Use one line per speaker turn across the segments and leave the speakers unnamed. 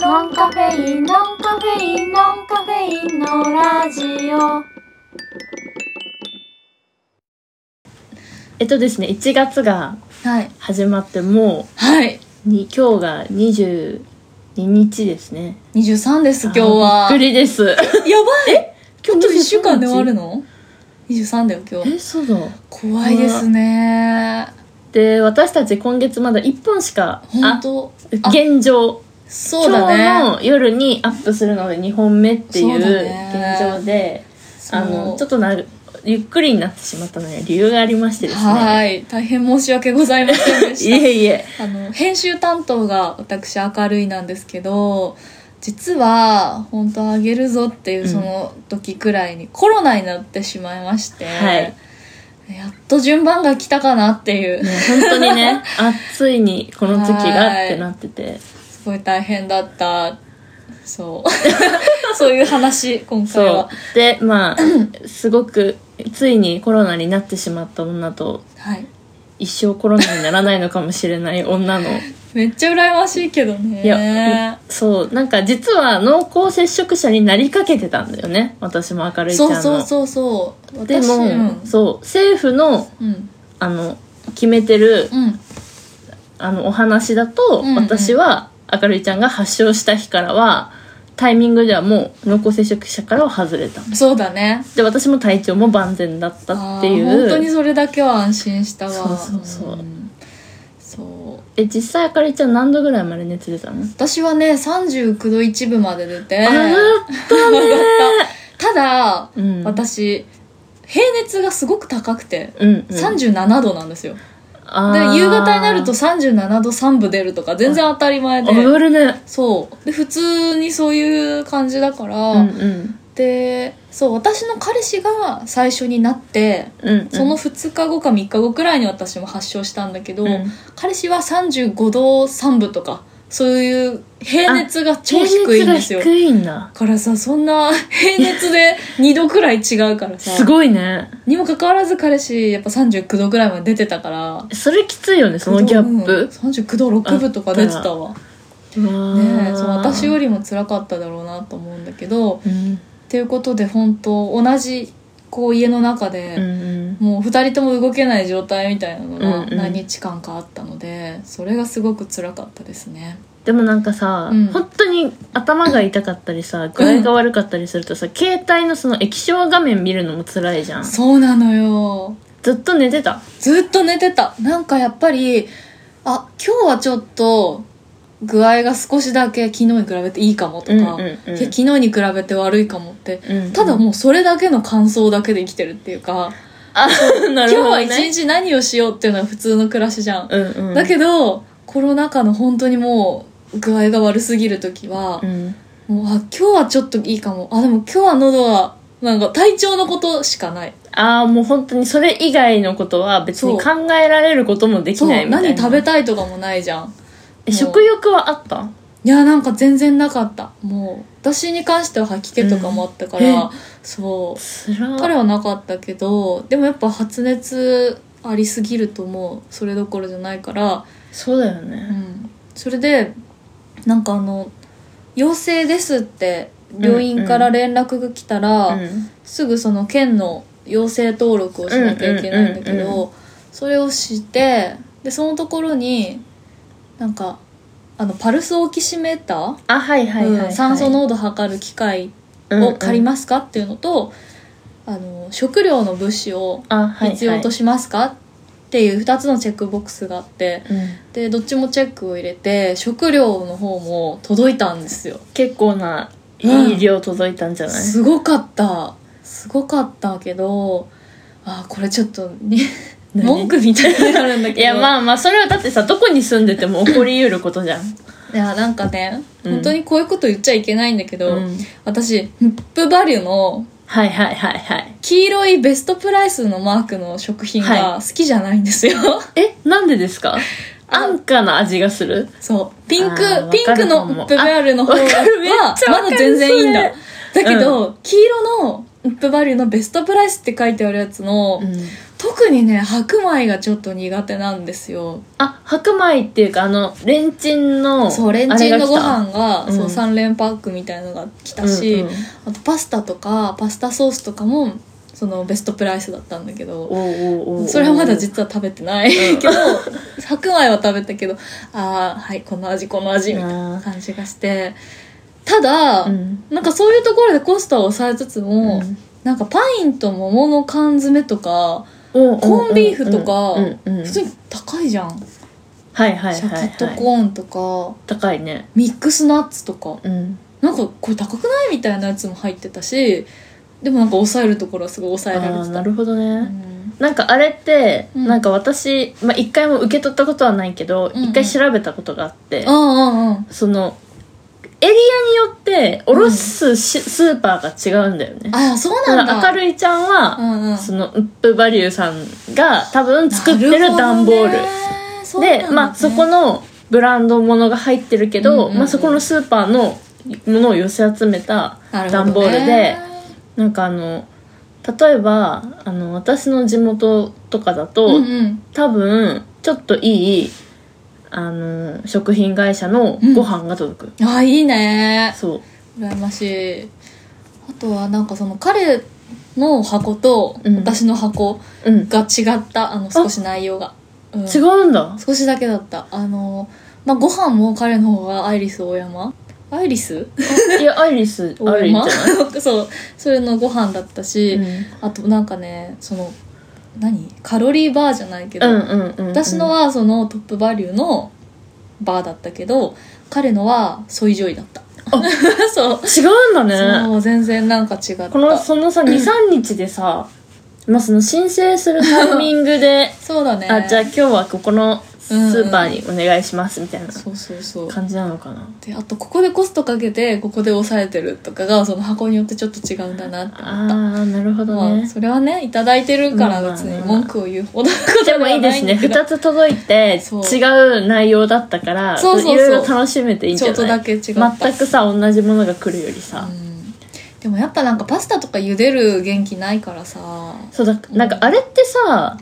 ノンカフェインノンカフェインノンカフェインのラジオ
えっとですね1月が
はい。
始まっても
はい。
うに今日が22日ですね
23です、今日は。
あーびっくりです
やばいえ今日と
23
1週間で終わるの ?23 だよ、今日。
えそうだ
怖いですね。
で私たち今月まだ1本しか
本当
あ
あ
現状
そうだ
今
ね。
日の夜にアップするので2本目っていう
そうだ
現
ね
状で、あの
そう
ちょっとなるゆっくりになってしまったのには理由がありましてですね
はい。大変申し訳ご ざいませんで
い
した。
えいえ
あの、編集担当が私明るいなんですけど、実は、本当あげるぞっていう
うん
その時くらいにコロナになってしまいまして、
はい
やっと順番が来たかなっていう。
ね本当に ねあついにこの時が
は
っ
い
てなってて
すごい大変だった。そう。 そういう話、今回
そう
は。
でまあすごくついにコロナになってしまった女と
はい。
一生コロナにならないのかもし れない女の
めっちゃ羨ましいけどね。
いやそうなんか実は濃厚接触者になりかけてたんだよね私も明るいちゃん
そ
の
うそうそうそう。
で
私
も、
うん、
そう政府の
うん。
あの決めてる
うん。
あのお話だと、
うんうん
私は明るいちゃんが発症した日からはタイミングではもう濃厚接触者からは外れた
そうだね。
で私も体調も万全だったっていう
あー本当にそれだけは安心したわ。
そうそうそうん
そう。
え実際あかりちゃん何度ぐらいまで熱出たの
私はね、39度1分まで出て、
あ
上が った。ただ、
うん
私、平熱がすごく高くて、
うん、うん、
37度なんですよ。
あ
で
ー
夕方になると37度3分出るとか全然当たり前で
上がるね
そうで普通にそういう感じだから、
うんうん
でそう私の彼氏が最初になって
うんうん
その2日後か3日後くらいに私も発症したんだけど、
うん
彼氏は35度3分とかそういう平熱が超低いんですよ
平熱が低いんだ
だからさそんな 平熱で2度くらい違うからさ
すごいね
にもかかわらず彼氏やっぱ39度くらいまで出てたから
それきついよねそのギャッ
うん
プ、
39度6分とか出てたわ
うわー
ねえそう私よりも辛かっただろうなと思うんだけど
うん
っていうことで本当同じこう家の中
うん
で、
うん
もう2人とも動けない状態みたいなの
う
が
んうん
何日間かあったので、それがすごく辛かったですね
でもなんかさ、
うん
本当に頭が痛かったりさ具合が悪かったりするとさ、携帯のその液晶画面見るのも辛いじゃん
そうなのよ
ずっと寝てた
ずっと寝てたなんかやっぱりあ今日はちょっと具合が少しだけ昨日に比べていいかもとか、
うんうんうん
で昨日に比べて悪いかもって、
うんうん
ただもうそれだけの感想だけで生きてるっていうか、
あ なる
今日
ほど、
は
ね、
一日何をしようっていうのは普通の暮らしじゃん、
うんうん
だけどコロナ禍の本当にもう具合が悪すぎる時は
う、ん
もうあ今日はちょっといいかもあでも今日は喉はなんか体調のことしかない
ああもう本当にそれ以外のことは別に考
そ
えられることもでき
そう
ないみたいな
何食べたいとかもないじゃん
え食欲はあった
いやなんか全然なかったもう私に関しては吐き気とかもあったか
うん
ら、
え
そう
つら
彼はなかったけどでもやっぱ発熱ありすぎるともうそれどころじゃないから、
そうだよ
う
ね
ん、それでなんかあの「陽性です」って病院から連絡が来たら、
うん
すぐその県の陽性登録をしなきゃいけないんだけど、
うんうんうん
それをしてでそのところになんかあのパルスオキシメーター、
あはいはいはい、はい
うん酸素濃度測る機械を借りますかっていうのと、あの食料の物資を
うんうんあはいはい
必要としますかっていう2つのチェックボックスがあって
うん
でどっちもチェックを入れて食料の方も届いたんですよ
結構ないい量届いたんじゃない、
すごかったすごかったけどあーこれちょっとに
何
文句みたいになるんだけど
いやまあまあそれはだってさどこに住んでても起こりうることじゃん、
いやなんかね、
うん
本当にこういうこと言っちゃいけないんだけど、
うん
私ヒップバリューの
はいはいはいはい
黄色いベストプライスのマークの食品
は
が好きじゃないんですよ、
えなんでですか安価な味がする
そう。ピンク
あー、
ピンク
わかるかも
のプベアルの方
あわかるめっちゃわ
は、
か
ま
る
だ全然いいんだ。だけど、黄色のアップバリューのベストプライスって書いてあるやつの、
うん
特にね白米がちょっと苦手なんですよ
あ白米っていうかあのレンチンの
そうレンチンのご飯が
うん
そう3連パックみたいのが来た
だ
し、
し、
あとパスタとかパスタソースとかもそのベストプライスだったんだけど
おうおうおうおう
それはまだ実は食べてない
う ん
けど、白米は食べたけどああはいこの味この味みたいな感じがしてただ、
うん
なんかそういうところでコストを抑えつつも、
うん
なんかパインと桃の缶詰とか
おうおうおう
コンビーフとか
うんうんうん
普通に高いじゃん、
はいはい
シ
はい、は
ャ
い
キ、ットコーンとか
高いね
ミックスナッツとか
うん
なんかこれ高くないみたいなやつも入ってたしでもなんか抑えるところはすごい
あ
抑えられ
ー
てた
なるほどね、
うん
なんかあれって、
うん
なんか私、まあ、一回も受け取ったことはないけど、
んうん
一回調べたことがあって、
うんうんうん
その、エリアによって、おろすし、スーパーが違うんだよね。
ああそう
だ
なん
か
だ
ら明るいちゃんは、
うんうん
その、ウップバリューさんが多分作ってる段ボール。
なるほどねそうなんだ
で、
ね
まあ、そこのブランドものが入ってるけど、
うんうんうん
まあ、そこのスーパーのものを寄せ集めた
なるほどね
段ボールで、なんかあの、例えば、あの、私の地元とかだと、
うんうん
多分ちょっといいあの食品会社のご飯が届く、
ああいいね
そう
羨ましいあとはなんかその彼の箱と
うん
私の箱
うん
が違った、あの少し内容が、うん
違うんだ
少しだけだったあの、まあ、ご飯も彼の方がアイリス大山アイリス
いやアイリスあ
大
るじゃ
山
ない
そうそれのご飯だったし、
うん
あとなんかねその何カロリーバーじゃないけど、
うんうんうんうん
私のはそのトップバリューのバーだったけど彼のはソイジョイだった そう
違うんだね
そう全然なんか違った
このそのさ23日でさ、まあ、その申請するタイミン グで
そうだね
あじゃあ今日はここのスーパーにお願いしますみたいな
そうそうそう
感じなのかな
であとここでコストかけてここで抑えてるとかがその箱によってちょっと違うんだなって
あーなるほど
まあ
ね
それはねいただいてるから
まあ
別
まあ
に
まあ
文句を言うほどのこと
でもいいですね
はないんだけ
2つ届いて
そう
違う内容だったから
そうそうそう
ろいろ楽しめていいん
ど
じ
ち
ゃ
ょ
な
っ
い
とだけ違った
全くさ同じものが来るよりさ、
うんでもやっぱなんかパスタとか茹でる元気ないからさ
そうだなんかあれってさ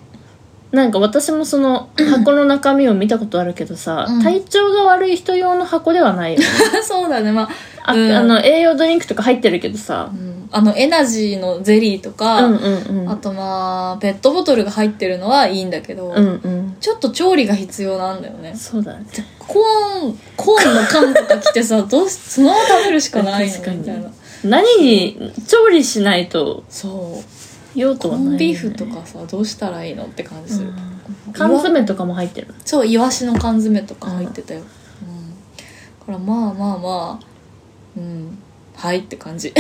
なんか私もその箱の中身を見たことあるけどさ、
うん
体調が悪い人用の箱ではないよね
そうだねまあ
あ,、
うん
あの栄養ドリンクとか入ってるけどさ
う、んあのエナジーのゼリーと
う
か、
ん、うんうん
あとまあペットボトルが入ってるのはいいんだけど、
うんうん
ちょっと調理が必要なんだよね
そうだね
コーンコーンの缶とか来てさ どうしそのまま食べるしかない
確か
の
に
みたいな
何に調理しないと
そう
用途
コ
はないよね、
ンビーフとかさどうしたらいいのって感じする、
うん缶詰とかも入ってる
そうイワシの缶詰とか入ってたよ、うんだからまあまあまあうんはいって感じ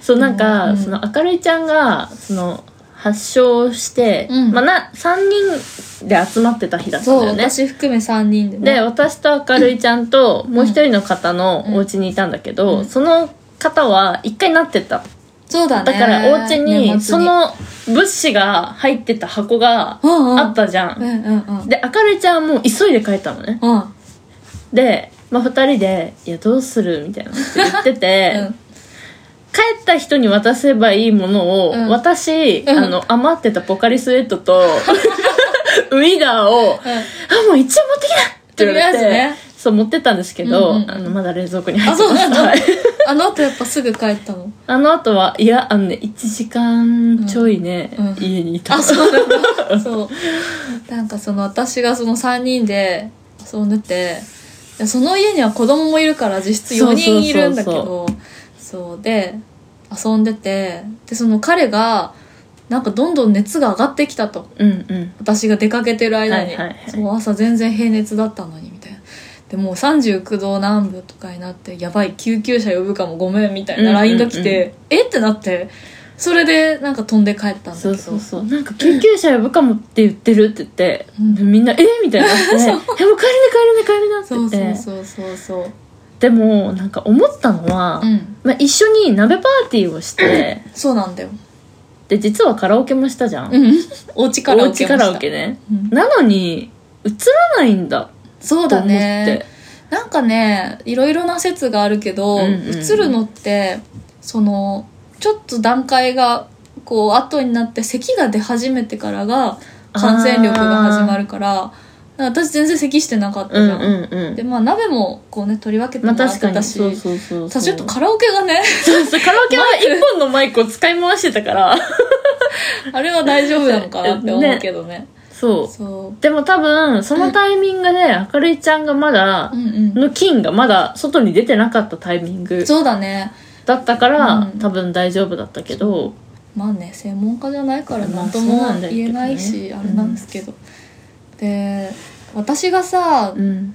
そうなんか、
うん
その明るいちゃんがその発症して、
うん
まあ、な3人で集まってた日だったん
そう
だよね
私含め3人でね
で私と明るいちゃんともう一人の方のお家にいたんだけど、
うん
その方は一回なってた
そうだ
だ
ね
からお家に
年
そ
末に
の物資が入ってた箱が
うんうん
あったじゃん、
うんうんうん
で明るいちゃんはもう急いで帰ったのね
うん
で、まあ、2人で「いやどうする?」みたいなって言ってて、
うん
帰った人に渡せばいいものを、
うん
私、
うん
あの余ってたポカリスエッ トとウィダーを「あもう一応持ってきな!」って言
と
われて
りあえずね
そう持ってったんですけど、
うんうんうん
あのまだ冷蔵庫に入って
あ
ま
そう
し
な
た
の
はい
あの後やっぱすぐ帰ったの
あの後はいやあのね1時間ちょいね、
うん
家にいた、
あそうなんだそうなんかその私がその3人で遊んでていやその家には子供もいるから実質4人いるんだけどそうで遊んでてでその彼がなんかどんどん熱が上がってきたと
うんうん
私が出かけてる間に、
はいはいはい
そう朝全然平熱だったのにみたいなでもう39度南部とかになってやばい救急車呼ぶかもごめんみたい
うんうんう
なん LINE が来て、えってなってそれでなんか飛んで帰ったんだけど
そうそうそうなんか救急車呼ぶかもって言ってるって言って、
うん
でみんな「えみたいにな って「いやもう帰りな帰りな帰りな」って
そ
言
う
って
そうそうそうそう
でもなんか思ったのは、
うん
まあ、一緒に鍋パーティーをして、
そうなんだよ
で、実はカラオケもしたじゃん。
うんお家カラ
お
オ
う
ケ
ちカ
もした
ラオケね。
うん
なのに、映らないんだ
そう
と
だ
思って
ね。なんかねいろいろな説があるけど、
うんうんうん
映るのってそのちょっと段階がこう後になって咳が出始めてからが感染力が始まるからなんか私全然咳してなかった
う
じ
ん
ゃん、
うんうん
でまあ鍋もこうね取り分けて
ま
も
あ
ら
確
って
か
た
に
し、
そうそうそう
ただちょっと
カ
カラオケがね
カラオケは一本のマイクを使い回してたから
あれは大丈夫なのかなって思うけどね
そう
そう
でも多分そのタイミングで明るいちゃんがまだ
うんう
の菌がまだ外に出てなかったタイミング
んそうだね
だったから、
うん
多分大丈夫だったけど
まあね専門家じゃないから
まあ
何と
そう
も
なんだけどね
言えないしあれなんですけど、で私がさ
うん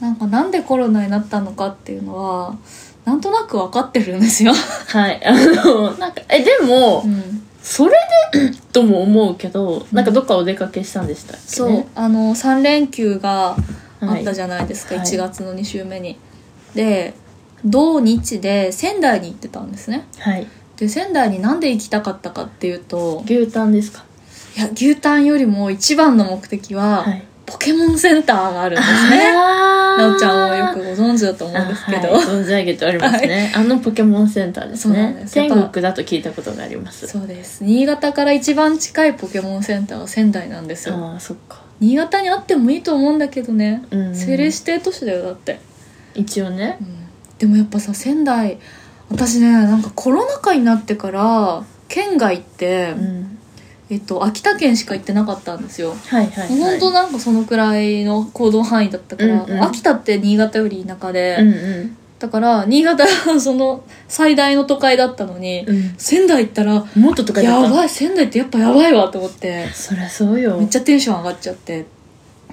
なんかなんでコロナになったのかっていうのはなんとなく分かってるんですよ、
はいあ のなんかえでも、
うん、
それでとも思うけどなんかどっかお出かけしたんでしたっけ、ね、
そう、あの3連休があ
は
っ
い
たじゃないですか、
はい
1月の2週目にで同日で仙台に行ってたんですね
はい
で仙台になんで行きたかったかっていうと
牛タンですか
いや牛タンよりも一番の目的は、
はい
ポケモンセンターがあるんですねな
な
おちゃんはよくご存知だと思うんですけど、
はい、存じ上げておりますね、あのポケモンセンターです
そうなん
ね
です
天国だと聞いたことがあります
そうです新潟から一番近いポケモンセンターが仙台なんですよ
ああそっか
新潟にあってもいいと思うんだけどね、
うん
政令指定都市だよだって、
一応ね
でもやっぱさ仙台私ねなんかコロナ禍になってから県外って、
うん
えっと、秋田県しか行ってなかったんですよ
はいはい、はい、
本当なんかそのくらいの行動範囲だったから、
うんうん
秋田って新潟より田舎で、
うんうん
だから新潟はその最大の都会だったのに、
うん
仙台行ったら
もっととか
や
い
ばい仙台ってやっぱやばいわと思って
そりゃそうよ
めっちゃテンション上がっちゃって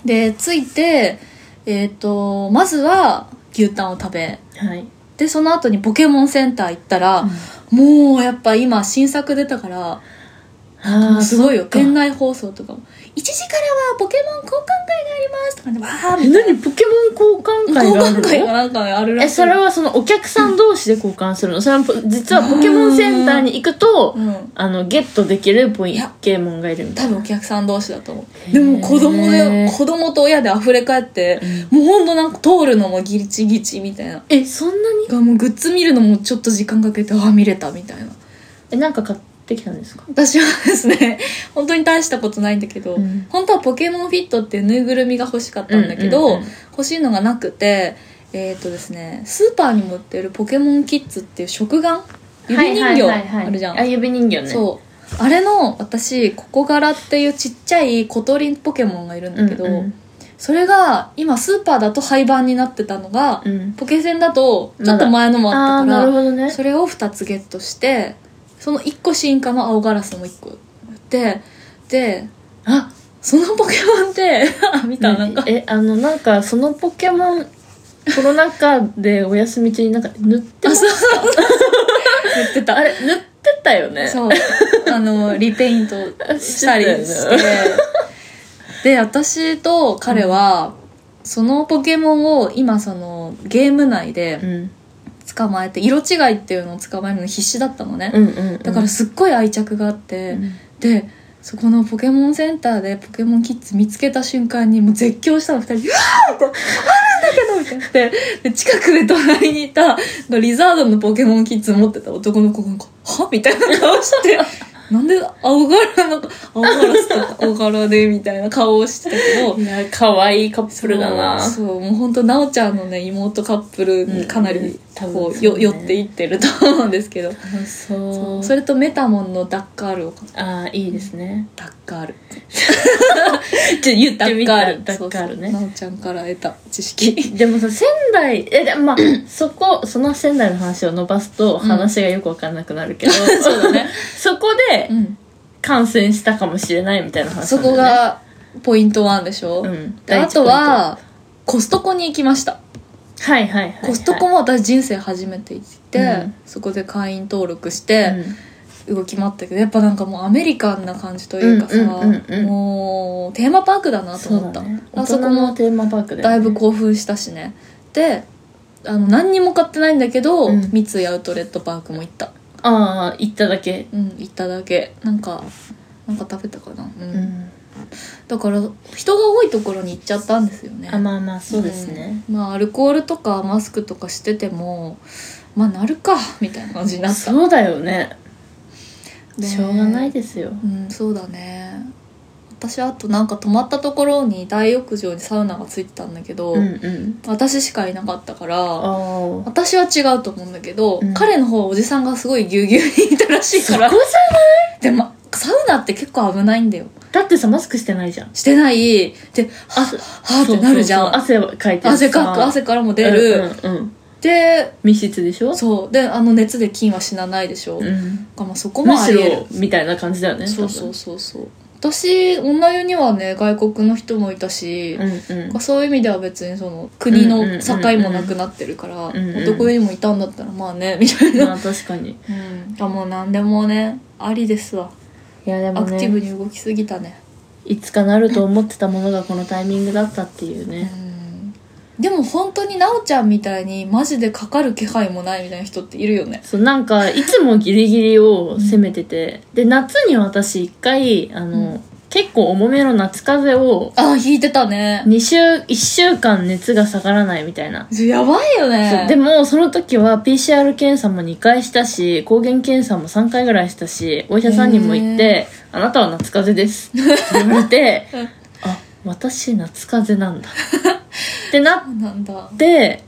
で着いてえっ、とまずは牛タンを食べ
はい、
でその後にポケモンセンター行ったら、もうやっぱ今新作出たから
あ
も
あ
うすごいよ
そっか
店内放送とかも1時からはポケモン交換会がありますとかねわー
え
みたい
何ポケモン交換
な
会があ
交
る
換会が
の
なんかねあるらしい
えそれはそのお客さん同士で交換するのそれはポ実はポケモンセンターに行くと
うん
あのゲットできるポイン
い
ト
や
ケモンがいるみたい
多
な
分お客さん同士だと思
へ
う
ー
でも子供の子供と親で溢れ返って、もうほんとなんか通るのもギチギチみたいな
えそんなに
がもうグッズ見るのもちょっと時間かけてああ見れたみたいな
えなんか買ってきたんですか
私はですね 本当に大したことないんだけど、
うん
本当はポケモンフィットっていうぬいぐるみが欲しかったんだけど、
うんうんうん
欲しいのがなくてえっ、とですねスーパーにも売ってるポケモンキッズっていう食玩指人形
はいはいはいはい
あるじゃん、
あ指人形ね
そうあれの私ココガラっていうちっちゃい小鳥ポケモンがいるんだけど、
うんうん
それが今スーパーだと廃盤になってたのが、
うん
ポケセンだとちょっと前のもあ
あ
った
ーな
か
る
ら
ほどね
それを2つゲットしてその1個進化の青ガラスも1個売ってで
あ
そのポケモンって あ見たなんか
えあのなんかそのポケモンコロナ禍でお休み中になんか塗ってま
あそう
す
そう言ってた
あれ塗ってたよね
そうあのリペイントしたり
して
した て、で私と彼は、そのポケモンを今そのゲーム内
う
で
ん、
捕まえて色違いっていうのを捕まえるの必死だったのね、
うんうんうん
だからすっごい愛着があって、
うん
でそこのポケモンセンターでポケモンキッズ見つけた瞬間にもう絶叫したの2人で「うわー!」って「あるんだけど!」みたいになってで近くで隣にいたリザードンのポケモンキッズ持ってた男の子がなんか「はみたいな顔してなんで青ガラなんか青ガラスとか青ガラでみたいな顔をしてたけど
いや可愛いカップルだな
そうそうもう本当奈緒ちゃんのね妹カップルにかな
うんうん
り
多分
こ
そう
う
ね
よ寄っていってると思うんですけど
楽しそ
そううそれとメタモンのダッカールを買った
ああいいですね
ダッカール
じゃ言っ
ダ
て
ッ
み
カ
た
ール
ダッカールね
そうそうなおちゃんから得た知識
でもさ仙台えでまあそこその仙台の話を伸ばすと話がよく分かんなくなるけど、
そうだね、
そこで
うん、
感染したかもしれないみたいな話
そ
なんだ
こ
よね、
がポイント1でしょ、
うん
であとはコストコに行きました
はいはいはい、はい、
コストコも私人生初めて行って、
うん
そこで会員登録し
う
て
ん
動き回ったけどやっぱなんかもうアメリカンな感じというかさ、
うんうんうんうん
もうテーマパークだなと
そう
思った
だね大
あそ
人
こ
の
も
テーマパークだ
だ
よ
い
ね
ぶ興奮したしねであの何にも買ってないんだけど、
うん
三井アウトレットパークも行った
ああ行っただけ
うん行っただけなんかなんか食べたかな、うん
うん
だから人が多いところに行っちゃったんですよね
あまあまあそうですね、、
うんまあアルコールとかマスクとかしててもまあなるかみたいな感じになった
そうだよね
ね
しょうがないですよ
うんそうだね私あとなんか泊まったところに大浴場にサウナがついてたんだけど、
うんうん
私しかいなかったから
ああ
私は違うと思うんだけど、
うん
彼の方はおじさんがすごいぎゅうぎゅうにいたらしい
そ
か
こじ
らで
ゃ
もまサウナって結構危ないんだよ
だってさマスクしてないじゃん
してないであはあってなるじゃん
そうそうそう汗かいてる
汗かく汗からも出る、
うんうんうん
で
密室でしょ
そうであの熱で菌は死なないでしょ、
うん
まあそこ
む
もあ
し
りえる
ろみたいな感じだよね
そうそうそうそう私女湯にはね外国の人もいたし
多、分うんうん
そういう意味では別にその国
う
の
んうんうんうん
境もなくなってるから、
んうん
男湯にもいたんだったらまあねみ たいな、
まあ確かに
うん、あもう何でもねありですわ
いやでも
アクティブ
ね
に動きすぎたね
いつかなると思ってたものがこのタイミングだったっていうね
うんでも本当に奈緒ちゃんみたいにマジでかかる気配もないみたいな人っているよね
そうなんかいつもギリギリを攻めてて、で夏に私一回あの、
うん
結構重めの夏風邪を
あ引いてたね
2週1週間熱が下がらないみたいな、
やばいよ
そ
ね
うでもその時は PCR 検査も2回したし抗原検査も3回ぐらいしたしお医者さんにも行って「あなたは夏風邪です」って言われて
うん
「あ私夏風邪なんだ」ってなっ
なんだ
で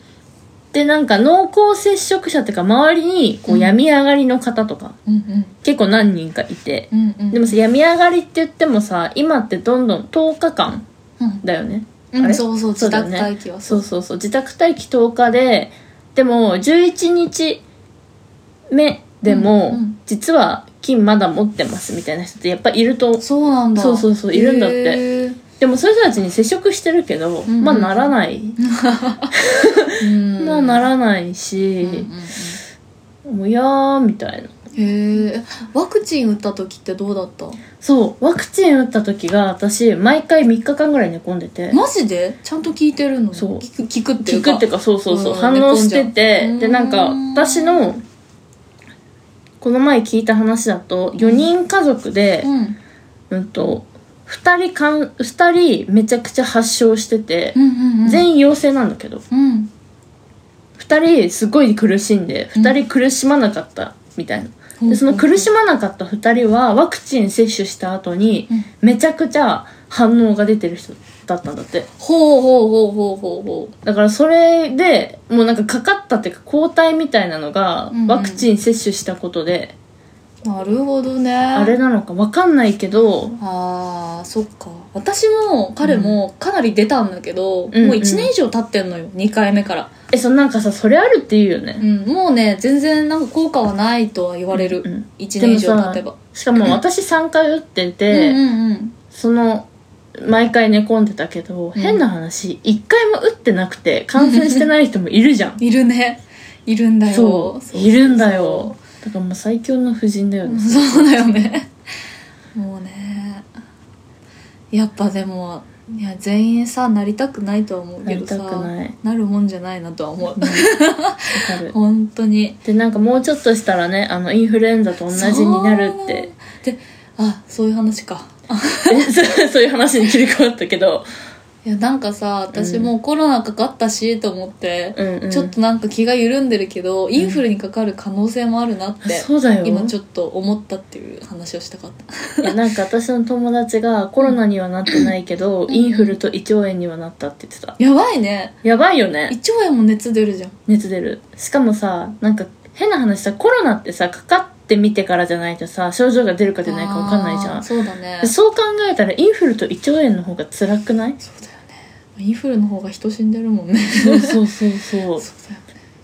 でなんか濃厚接触者っていうか周りにこ
う
うん病み上がりの方とか、
うんうん
結構何人かいて
うんうん
でもさ病み上がりって言ってもさ今ってどんどん10日間
うん
だよね
う
あ
ん、
れ
そうそう
そ
自
うだよ
宅
ね
待機は
そうそうそう自宅待機10日ででも11日目でも、
うんうん
実は菌まだ持ってますみたいな人ってやっぱいると
そうなんだ
そうそうそういるんだって
へー
でもそういう人たちに接触してるけど、
ん
まあならない、
うん
まあな
ら
らないし、もういやーみたいな
へえワクチン打った時ってどうだった
そうワクチン打った時が私毎回3日間ぐらい寝込んでて
マジでちゃんと聞いてるの
そう
聞く聞くってい
聞
うか
くっていうかそうそうそう、
うん
反応して
寝込んじゃ
て
う
でなんか
うん
私のこの前聞いた話だと4人家族で、
うん
うん、と2人かん二人めちゃくちゃ発症してて
う、んうんうん
全員陽性なんだけど
うん
2人すごい苦しんで
うん
2人苦しまなかったみたいな、
ほうほうほ
で
う
その苦しまなかった2人はワクチン接種した後に
うん
めちゃくちゃ反応が出てる人だったんだって
ほうほうほうほうほうほ
だからそれでもうなんかかかったっていうか抗体みたいなのが
うんうん
ワクチン接種したことで、
うなるほどね
あれなのかわかんないけど
あーそっか私も彼もかなり出たんだけど、
んうん
もう1年以上経ってんのよ2回目から、
えそのなんかさそれあるって言うよね、
うん、もうね全然なんか効果はないとは言われる、
うんうん
1年以上経てば
しかも私3回打ってて、
うんうんうん
その毎回寝込んでたけど、変な話1回も打ってなくて感染してない人もいるじゃ ん
いるねいるんだよ
そういるんだよだからもう最強の婦人だよ
そう
ね、
そうだよねもうねやっぱでもいや全員さなりたくないとは思うけどさ
なりたくない
るもんじゃないなとは思う
うんわ、か る
本当に
でなんかもうちょっとしたらねあのインフルエンザと同じになる って
そうであそういう話か
えそうそういう話に切り替わったけど、
いやなんかさ私もうコロナかかったしと思って、
うんうん
ちょっとなんか気が緩んでるけど、インフルにかかる可能性もあるなって
そうだよ
今ちょっと思ったっていう話をしたかった
いやなんか私の友達がコロナにはなってないけど、インフルと胃腸炎にはなったって言ってた
やばいね
やばいよね
胃腸炎も熱出るじゃん
熱出るしかもさなんか変な話さコロナってさかかってみてからじゃないとさ症状が出るか出ないかわかんないじ
あ
ゃ
ー
ん
そうだね
でそう考えたらインフルと胃腸炎の方が辛くない
そうだよねインフルの方が人死んでるも んね
そうそうそうそう
そうだよね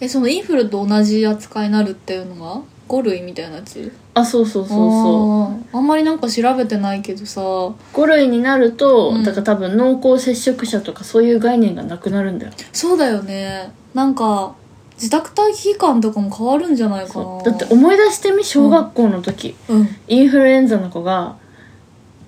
えそのインフルと同じ扱いになるっていうのが5類みたいなやつ
あそうそうそうそう
うあんまりなんか調べてないけどさ
5類になると、
うん
だから多分濃厚接触者とかそういう概念がなくなるんだよ
そうだよねなんか自宅待機期間とかも変わるんじゃないか
そ
な
うだって思い出してみ小学校の時、
うん
インフルエンザの子が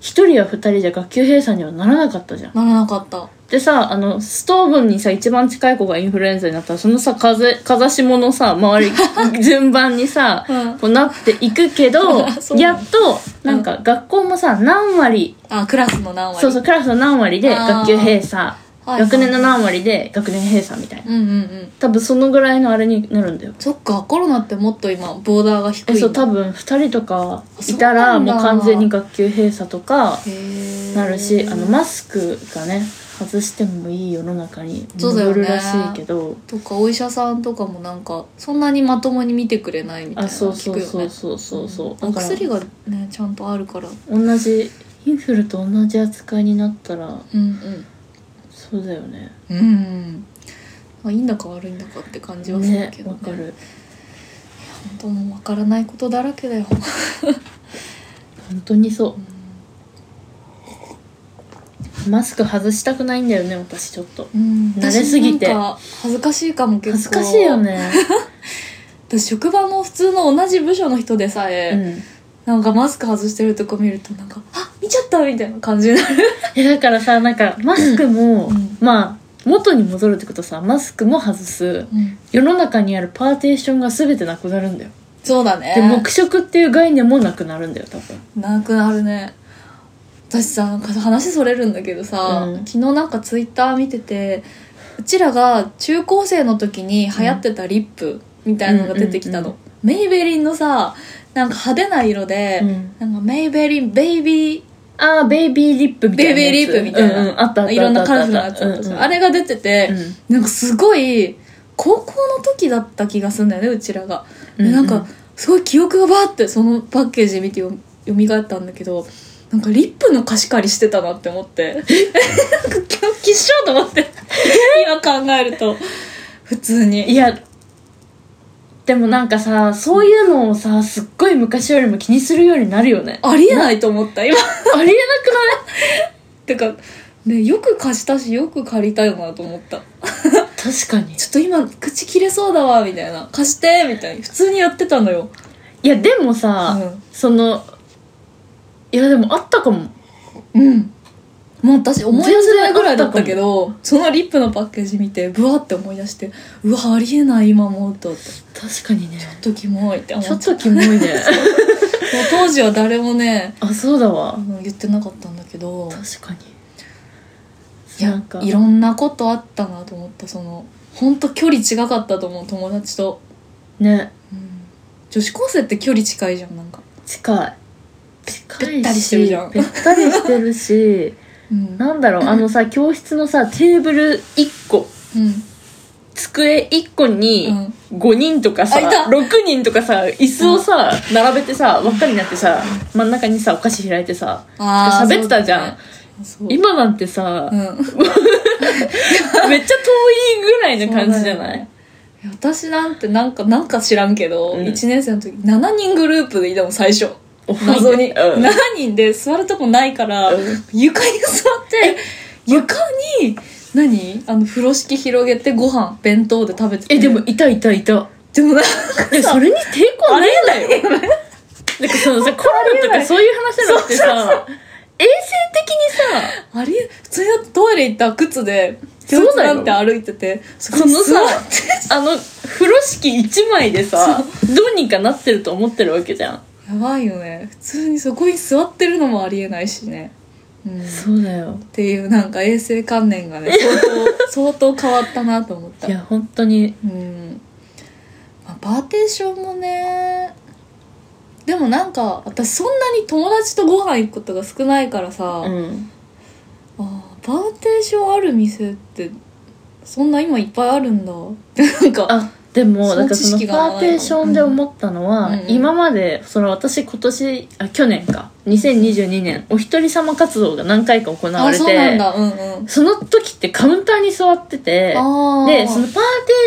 1人や2人じゃ学級閉鎖にはならなかったじゃん
ならなかった
でさあのストーブにさ一番近い子がインフルエンザになったらそのさ風かざしものさ周 り順番にさ、
うん
こうなっていくけど
そうな
や
の
っとなんか学校もさ何割
あクラスの何割
そうそうクラスの何割で
あー
学級閉鎖
はい
学年7割で学年閉鎖みたいな
うんうんうん
多分そのぐらいのあれになるんだよ
そっかコロナってもっと今ボーダーが低い
え
んだ
そう多分2人とかい
あ
た
そう
ら
なん
も
だ
う完全に学級閉鎖とか
へー
なるしあのマスクがね外してもいい世の中に
そうだよ
戻
ね
るらしいけど、
とかお医者さんとかもなんかそんなにまともに見てくれないみたい
あ
な
そ
の
う
聞
そ
く
う
よ
そう
ね
そうそうそう
お
だから
薬がねちゃんとあるから
同じインフルと同じ扱いになったら
うん
そうだよね
うんうんまあいいんだか悪いんだかって感じはする
ね
けど
わかる
本当もうわからないことだらけだよ
本当にそうマスク外したくないんだよね私ちょっと
うん
慣れすぎて
私なんか恥ずかしいかも結構
恥ずかしいよ ね、
私職場の普通の同じ部署の人でさえ、
うん、
なんかマスク外してるとこ見るとなんか「あ見ちゃった!」みたいな感じになる
えだからさなんかマスクも、
うん
まあ元に戻るってことさマスクも外す世の中にあるパーテーションが全てなくなるんだよ
そうだね
で黙食っていう概念もなくなるんだよ多分
なくなるね私さなんか話それるんだけどさ、
うん
昨日なんかツイッター見ててうちらが中高生の時に流行ってたリップみたいなのが出てきたの、
うん
メイベリンのさなんか派手な色で、
うん
なんかメイベリンベイビー
ああベイビーリップみたいな
ベイ
や
ビ
つ
ーリープみたいな、
うんうん、あったあったあったあった
いろんなカラフルなやつあったじゃんあれが出てて、なんかすごい高校の時だった気がするんだよねうちらが、で
うんうん
なんかすごい記憶がバーってそのパッケージ見てよみがえったんだけどなんかリップの貸し借りしてたなって思ってなんかきっしょうと思って今考えると普通に
いやでもなんかさそういうのをさすっごい昔よりも気にするようになるよね
ありえないと思った今
ありえなく
てかねよく貸したしよく借りたよなと思った
ない確かに
ちょっと今口切れそうだわみたいな貸してみたいに普通にやってたのよ
いやでもさ、
うん
そのいやでもあったかも
うんもう私思い出せないぐらいだったけどそのリップのパッケージ見てブワって思い出してうわありえない今もと思って
確かにね
時もいって思っ
ちょっ
ちゃ
と
った
キモい ね
もう当時は誰もね、
あそうだ
う
わ
ん言ってなかったんだけど
確かに
いや
なんか
いろんなことあったなと思ったその本当距離違かったと思う友達と、
ね
うん女子高生って距離近いじゃんなんか
近い近
べったりしてるじゃん
べったりしてるし
うん
なんだろうあのさ教室のさテーブル1個
うん
机1個に5人とかさ、
あいた
6人とかさ椅子をさ並べてさ輪っかになってさ真ん中にさお菓子開いてさ
あー
喋ってたじゃん
そうだね
今なんてさ、
そううん
めっちゃ遠いぐらいの感じじゃない、
いや私なんてなんかなんか知らんけど、
うん
1年生の時7人グループでいたもん最初
多い
謎に、
ねうん
7人で座るとこないから、
うん
床に座って床に何あの風呂敷広げてご飯弁当で食べてて
えでもいたいたいた
でもなんか
えそれに抵抗ないんだよ
よね
なんかそのさコロナとかそういう話じゃなくてさ衛生
あれ普通にだってトイレ行ったら靴で教
そう
室
だ
な
よ
んて歩いててそ
的にさそ
座
の
っ
さあの風呂敷1枚でさどうにかなってると思ってるわけじゃん
てやばいよね普通にそこに座ってるのもありえないしねうん
そうだよ
っていうなんか衛生観念がね相当相当変わったなと思った
いや本当に
うん、まあ、パーテーションもねでもなんか私そんなに友達とご飯行くことが少ないからさ、あ
うん
あパーテーションある店ってそんな今いっぱいあるんだなんか
あでも
その
だから
知
そ
識
の
がない
パーテーションで思ったのは、
うんうん
今までその私今年あ去年か2022年お一人様活動が何回か行わ
あ
れ
そうなん
て
だうんうん
その時ってカウンターに座ってて
あー
でそのパーテ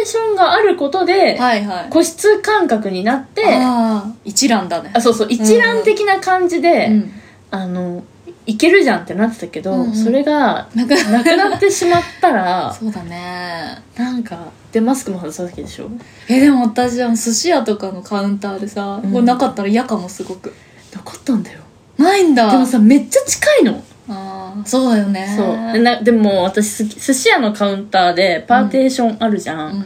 ーションがあることで、
はいはい
個室感覚になってあ
あー一覧だね
そうそう一覧的な感じで、
うん
あのいけるじゃんってなってたけど、
うんうん
それが
なんか
なくなってしまったら
そうだね
なんかでマスクも外さなきゃでしょ
えでも私あの寿司屋とかのカウンターでさ、
うん
これなかったら嫌かもすごく
なかったんだよ
ないんだ
でもさめっちゃ近いの
あーそうだよね
そうでなでも私すき寿司屋のカウンターでパーテーションあるじゃん、
うんうん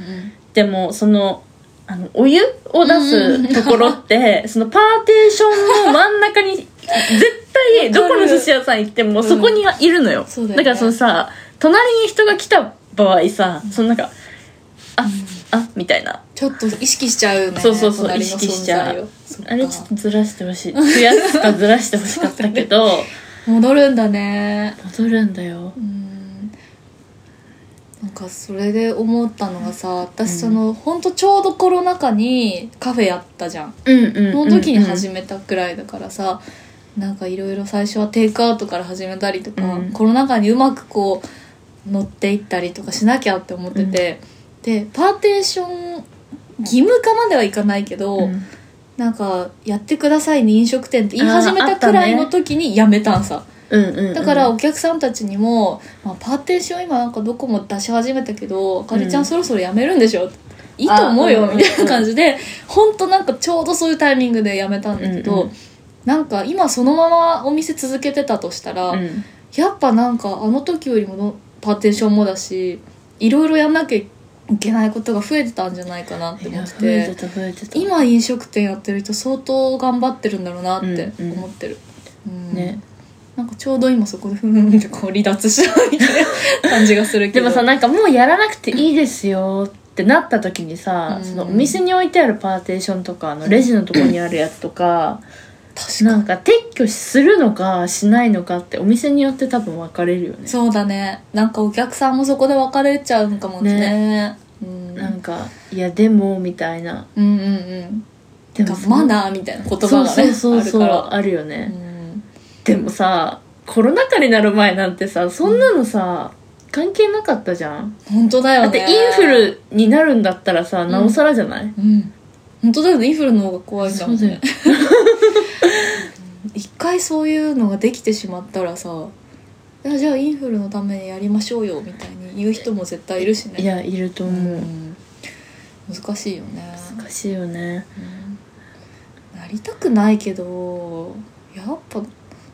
でもそのあのお湯を出すところ って、そのパーテーションの真ん中に絶対どこの寿司屋さん行ってもそこにいるのよ、
そうだよね
だからそのさ隣に人が来た場合さそのなんかあ、あみたいな
ちょっと意識しちゃうね
そうそうそう
隣の
意識しち
存
ゃう
在をそっか
あれちょっとずらしてほしい増やすかずらしてほしかったけど
戻るんだね
戻るんだよ
うんなんかそれで思ったのがさ私その、ほんとちょうどコロナ禍にカフェやったじゃん
うんうん
その時に始
め
めたくらいだからさ、なんかいろいろ最初はテイクアウトから始めたりとか、
うん
コロナ禍にうまくこう乗っていったりとかしなきゃって思ってて、でパーテーション義務化まではいかないけど、なんかやってくださいね飲食店って言い始め
あーあ
た
った
く
ね
らいの時にやめたんさ、
うんうんうん
だからお客さんたちにも、まあ、パーテーション今なんかどこも出し始めたけどあかりちゃ
うん
んそろそろやめるんでしょ、いいと思う
あ
よ
うん
みたいな感じで本当なんかちょうどそういうタイミングでやめたんだけど、
うんうん
なんか今そのままお店続けてたとしたら、
うん
やっぱなんかあの時よりものパーテーションもだしいろいろやんなきゃいけないことが増えてたんじゃないかなって
い
思
や
って
増えて
て
た増えてた
今飲食店やってる人相当頑張ってるんだろうなって
うんうん
思ってる。うん
ね
なんかちょうど今そこでふーんってこう離脱したみたいな感じがするけ
で
ど
もさなんかもうやらなくていいですよってなった時にさ、
うん
そのお店に置いてあるパーテーションとかあのレジのとこにあるやつとか、
確
な
か
んか撤去するのかしないのかってお店によって多分分かれるよ
に
ね、
そうだねなんかお客さんもそこで別れちゃうのかもねうん、
なんかいやでもみたいな
うんうんうん
で
な
も
んかマナーみたいな言葉
そう
がね
そうそうそう
あ
あ
る
る
から
よね、
うん
でもさコロナ禍になる前なんてさそんなのさ、関係なかったじゃん
本当だ
だ
よ
って
ね
インフルになるんだったらさなおさらじゃない、
うん本当だよねインフルの方が怖いじゃ
そ
ん
うだよ
ね一回そういうのができてしまったらさいやじゃあインフルのためにやりましょうよみたいに言う人も絶対いるしね
いやいると思う、
うん難しいよね
難しいよね
うんなりたくないけどやっぱ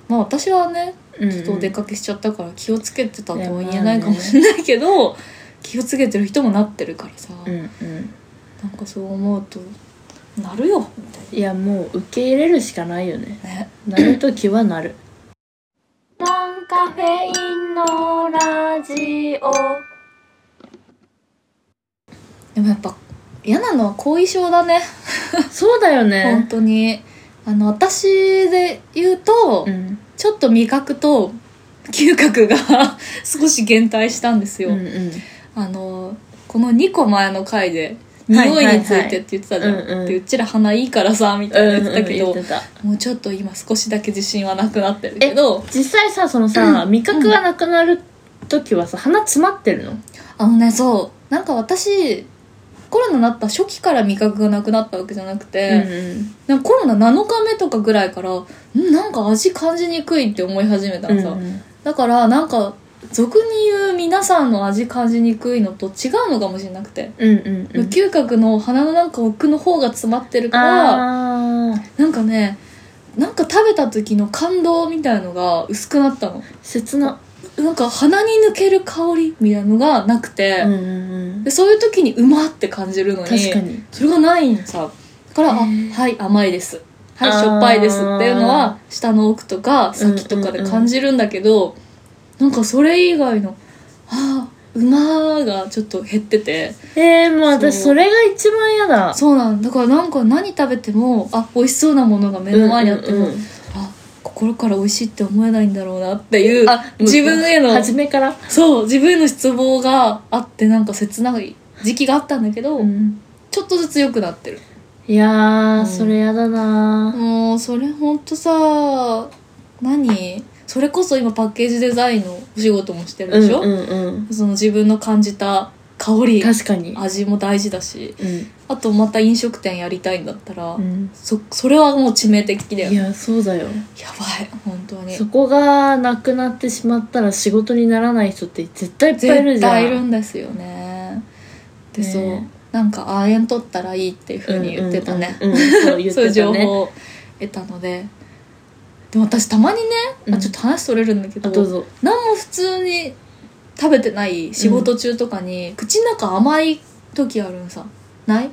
まあ私はね
ち
ちょっとお出かけしちゃったから気をつけてたとは言えないかもしれないけど、気をつけてる人もなってるからさ、
うんうん
なんかそう思うとなるよみたい
いやもう受け入れるしかないよね
なね
なるときはなる
ノンカフェインのラジオ
でもやっぱ嫌なのは後遺症だね
そうだよ
本
ね
当にあの私で言うと、
うん
ちょっと味覚と嗅覚が 少し減退したんです
う
よ、
んうん
あのこの2個前の回で
は
匂
い
いについてって言ってたじゃん、
はいはいうんうん
でうちら鼻いいからさみたいな
う
言
ん
っ
う
て
ん
たけど、
言ってた
もうちょっと今少しだけ自信はなくなってるけど
実際さそのさ味覚がなくなる時はさ鼻詰まってるの
あのねそうなんか私コロナになった初期から味覚がなくなったわけじゃなくて、
うん
なんかコロナ7日目とかぐらいからんなんか味感じにくいって思い始めた
う
の
ん
さ、
うん
だからなんか俗に言う皆さんの味感じにくいのと違うのかもしれなくて、
うんうんうん
嗅覚の鼻のなんか奥の方が詰まってるから
あー
なんかねなんか食べた時の感動みたいのが薄くなったの
切な
なんか鼻に抜ける香りみたいなのがなくて、
うんうんうん
でそういう時にうまって感じるのに
確かに
それがないんさだから「あ
へー
はい甘いです」「はい
あー
しょっぱいです」っていうのは下の奥とか先とかで感じるんだけど、なんかそれ以外の「あーうまー」がちょっと減ってて
えー、もう私
そ
そうれが一番嫌だ
そうなんだからなんか何食べてもあ美味しそうなものが目の前にあっても、
うんうんうん
あ心から美味しいって思えないんだろうなっていう
あ
自分への
初めから
そう自分への失望があってなんか切ない時期があったんだけど、
うん
ちょっとずつ良くなってる
いやー、
うん
それやだなー
もうそれほんとさ何それこそ今パッケージデザインのお仕事もしてるでしょ、
うんうんうん
その自分の感じた香り
確かに
味も大事だし
うん
あとまた飲食店やりたいんだったら、
うん
そそれはもう致命的だよ
いやそうだよ
やばい本当に
そこがなくなってしまったら仕事にならない人って絶対いっぱいいる
絶
じゃん
対いるんですよねで
ね
そうなんか亜鉛取ったらいいっていうふうに言ってたね、
うんうんうんうんそう言っ
そういう
て
情
た
報
ね
を得たのででも私たまにね、
うん
あちょっと話それるんだけ
あ
ど
どうぞ
何も普通に食べてない仕事中とかに、口の中甘い時あるんさない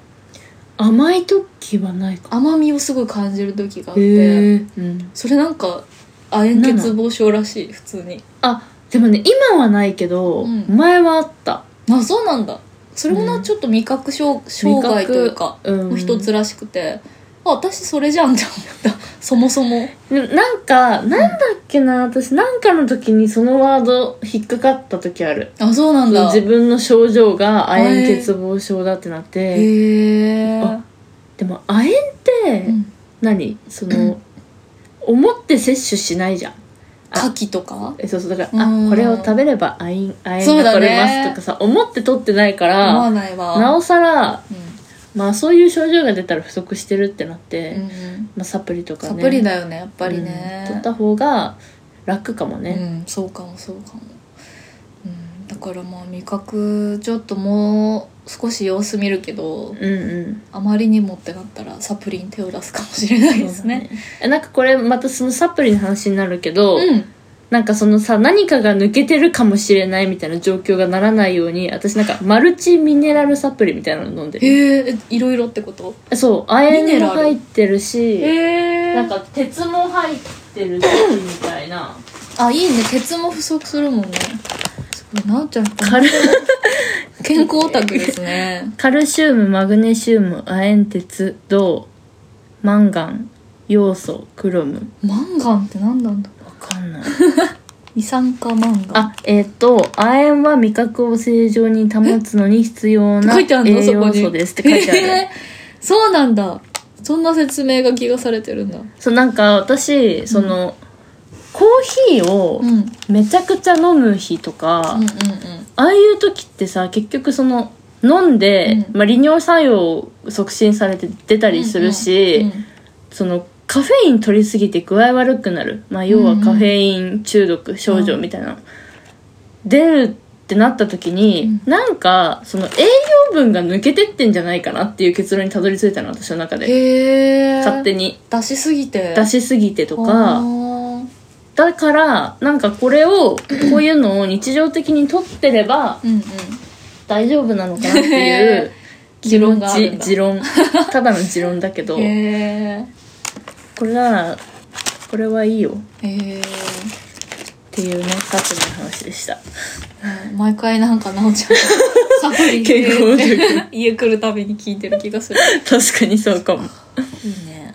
甘い時はないか
甘みをすごい感じる時があっ
へ
て
え、うん、
それなんか亜鉛欠乏症らしい普通に
あでもね今はないけど、
うん
前はあった
あそうなんだそれもな、
うん
ちょっと味覚障障害というか
味覚うん
の一つらしくて、あ私それじゃんって思った そもそも
でもなんかなんだっけな私なんかの時にそのワード引っかかった時ある
あそうなんだ
自分の症状が亜鉛欠乏症だってなって、
へえ
あでも亜鉛って何、その思って摂取しないじゃん
牡蠣とか
えそうそうだか
う
ら
ん
あこれを食べれば亜鉛亜
そ
鉛
う
が
だ
取
ね
れますとかさ、思って取ってないか
思わ
ら
ないわ
なおさら
う
まあそういう症状が出たら不足してるってなっ
ん
て、
うん
まあ、サプリとかね
サプリだよねやっぱり
う
ね
ん、取った方が楽かも
う
ね、
ん、そうかもそうかも、うん、だからまあ味覚ちょっともう少し様子見るけど
うん、うん
あまりにもってなったらサプリに手を出すかもしれないですね
そうだえなんかこれまたそのサプリの話になるけど、
うん
なんかそのさ何かが抜けてるかもしれないみたいな状況がならないように私なんかマルチミネラルサプリみたいなの飲んでる
へえいろいろってこと
そう亜
ミネ
鉛も
ラル
入ってるし、
え
なんか鉄も入ってるしみたいな
あいいね鉄も不足するもんねすごいなおちゃん
カル
健康オタクですね
カルシウムマグネシウム亜鉛鉄銅マンガン要素クロム
マンガンって何なんだろう
わかんない
二酸化マンガン
あえっ、と亜鉛は味覚を正常に保つのに必要な
書
栄
いてあるのそこ
養
に
素ですって書いてある、
えーそうなんだそんな説明が気がされてるんだ
そうなんか私その、コーヒーを
うんうんうん
めちゃくちゃ飲む日とか、
うん
ああいう時ってさ結局その飲んで、
うん
まあ、利尿作用を促進されて出たりするし、
うんうん
そのカフェイン取りすぎて具合悪くなる、まあ、要はカフェイン中毒症状みたいな、出るってなった時に、なんかその栄養分が抜けてってんじゃないかなっていう結論にたどり着いたの私の中で
へえ
勝手に
出しすぎて
出しすぎてとか。
あー
だからなんかこれをこういうのを日常的に取ってれば
うんうん
大丈夫なのかなっていう
持論があるん だ
持論ただの持論だけど
へえ
これならこれはいいよっ
へえ
ていうねサプリの話でした
毎回なんかなおちゃんが サプリ
健康オタ
で家来るたびに聞いてる気がする
確かにそうかも
いいね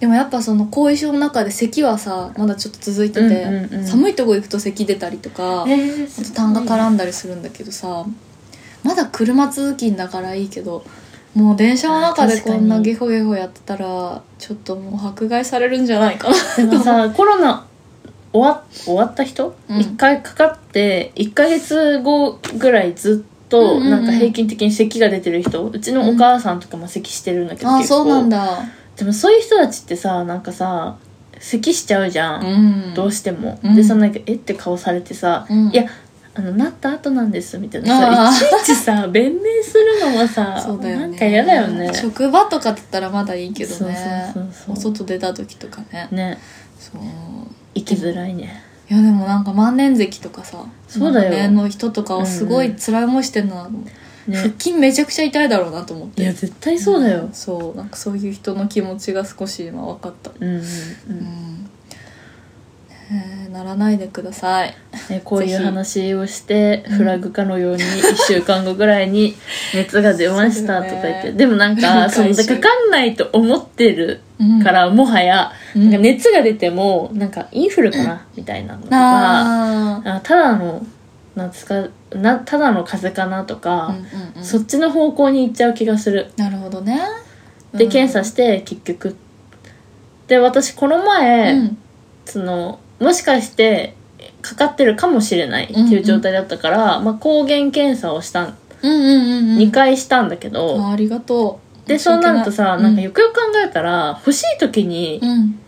でもやっぱその後遺症の中で咳はさまだちょっと続いてて、
うんうんうん
寒いとこ行くと咳出たりとかあ
え
と痰が絡んだりするんだけどさまだ車通勤だからいいけどもう電車の中でこん
あー確か
な
に
ゲホゲホやってたらちょっともう迫害されるんじゃないかな
でもさコロナ終わ終わった人、
うん
一回かかって1ヶ月後ぐらいずっ
うん
と
うんうん
なんか平均的に咳が出てる人、うちのお母さんとかも咳してるんだけど、
あー
結構
そうなんだ
でもそういう人たちってさなんかさ咳しちゃうじゃ、
うんん
どうしても、
うん
でさなんかえって顔されてさ、
うん
いやあのなった後なんですみたいな
あ
さ
ー
いち いちさ弁明するのもさ
そうだよね
なんか嫌だよね
職場とかだったらまだいいけどね
そうそうそうそう
お外出た時とかね
ね
そう
生きづらいね
いやでもなんか万年関とかさ
そうだ
な
よ
んかねの人とかをすごい辛い思いしてるのは、
ね
腹筋めちゃくちゃ痛いだろうなと思っ
い
て
や絶対そうだよ
んそうなんかそういう人の気持ちが少し今分かった
うんうん
う
う
んん、えーならないでください
ね、こうい
ぜ
う
ひ
話をしてフラグかのように1週間後ぐら いに熱が出ましたとか言っ
そうだ
て
ね
でもなんかその
回収
かかんないと思ってる
うん
からもはや
うん
なんか熱が出てもなんかインフルかなみたいなのとか
あ
あただのなんですかなただの風邪かなと
あ、う
か
ん、うんうん、
そっちの方向に行っちゃう気がする
なるほどね、
で検査してて結局で私この前、
うん
そのもしかしてかかってるかもしれないっていう状態だったから、まあ、抗原検査をしたん
うんうんうんうん
2回したんだけど、
あありがとう
でそうなるとさ
申し
なん
訳
か
い
よくよく考えたら、欲しい時に
うん、うん